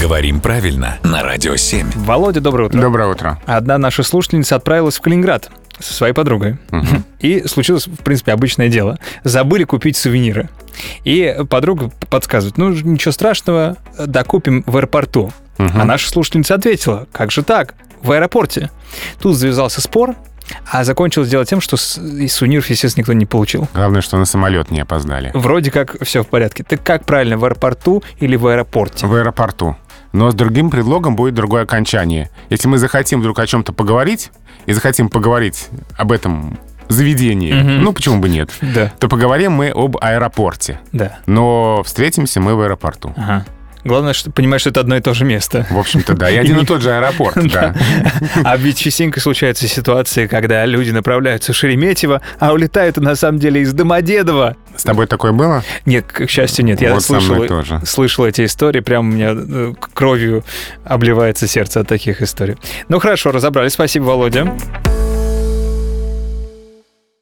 Говорим правильно на Радио 7. Володя, доброе утро. Доброе утро. Одна наша слушательница отправилась в Калининград со своей подругой. И случилось, в принципе, обычное дело. Забыли купить сувениры. И подруга подсказывает, ну, ничего страшного, докупим в аэропорту. А наша слушательница ответила, как же так, в аэропорте. Тут завязался спор, а закончилось дело тем, что с- и сувениров, естественно, никто не получил. Главное, что на самолет не опоздали. Вроде как все в порядке. Так как правильно, в аэропорту или в аэропорте? В аэропорту. Но с другим предлогом будет другое окончание. Если мы захотим вдруг о чем-то поговорить, и захотим поговорить об этом заведении, Мгм. ну почему бы нет, Да, то поговорим мы об аэропорте. да. Но встретимся мы в аэропорту. Ага. Главное, что понимаешь, что это одно и то же место. В общем-то, да. И один и тот же аэропорт, да. А ведь частенько случаются ситуации, когда люди направляются в Шереметьево, а улетают на самом деле из Домодедова. С тобой такое было? Нет, к счастью, нет. Я Вот со слышал, мной тоже. слышал эти истории, прям у меня э, кровью обливается сердце от таких историй. Ну хорошо, разобрались. Спасибо, Володя.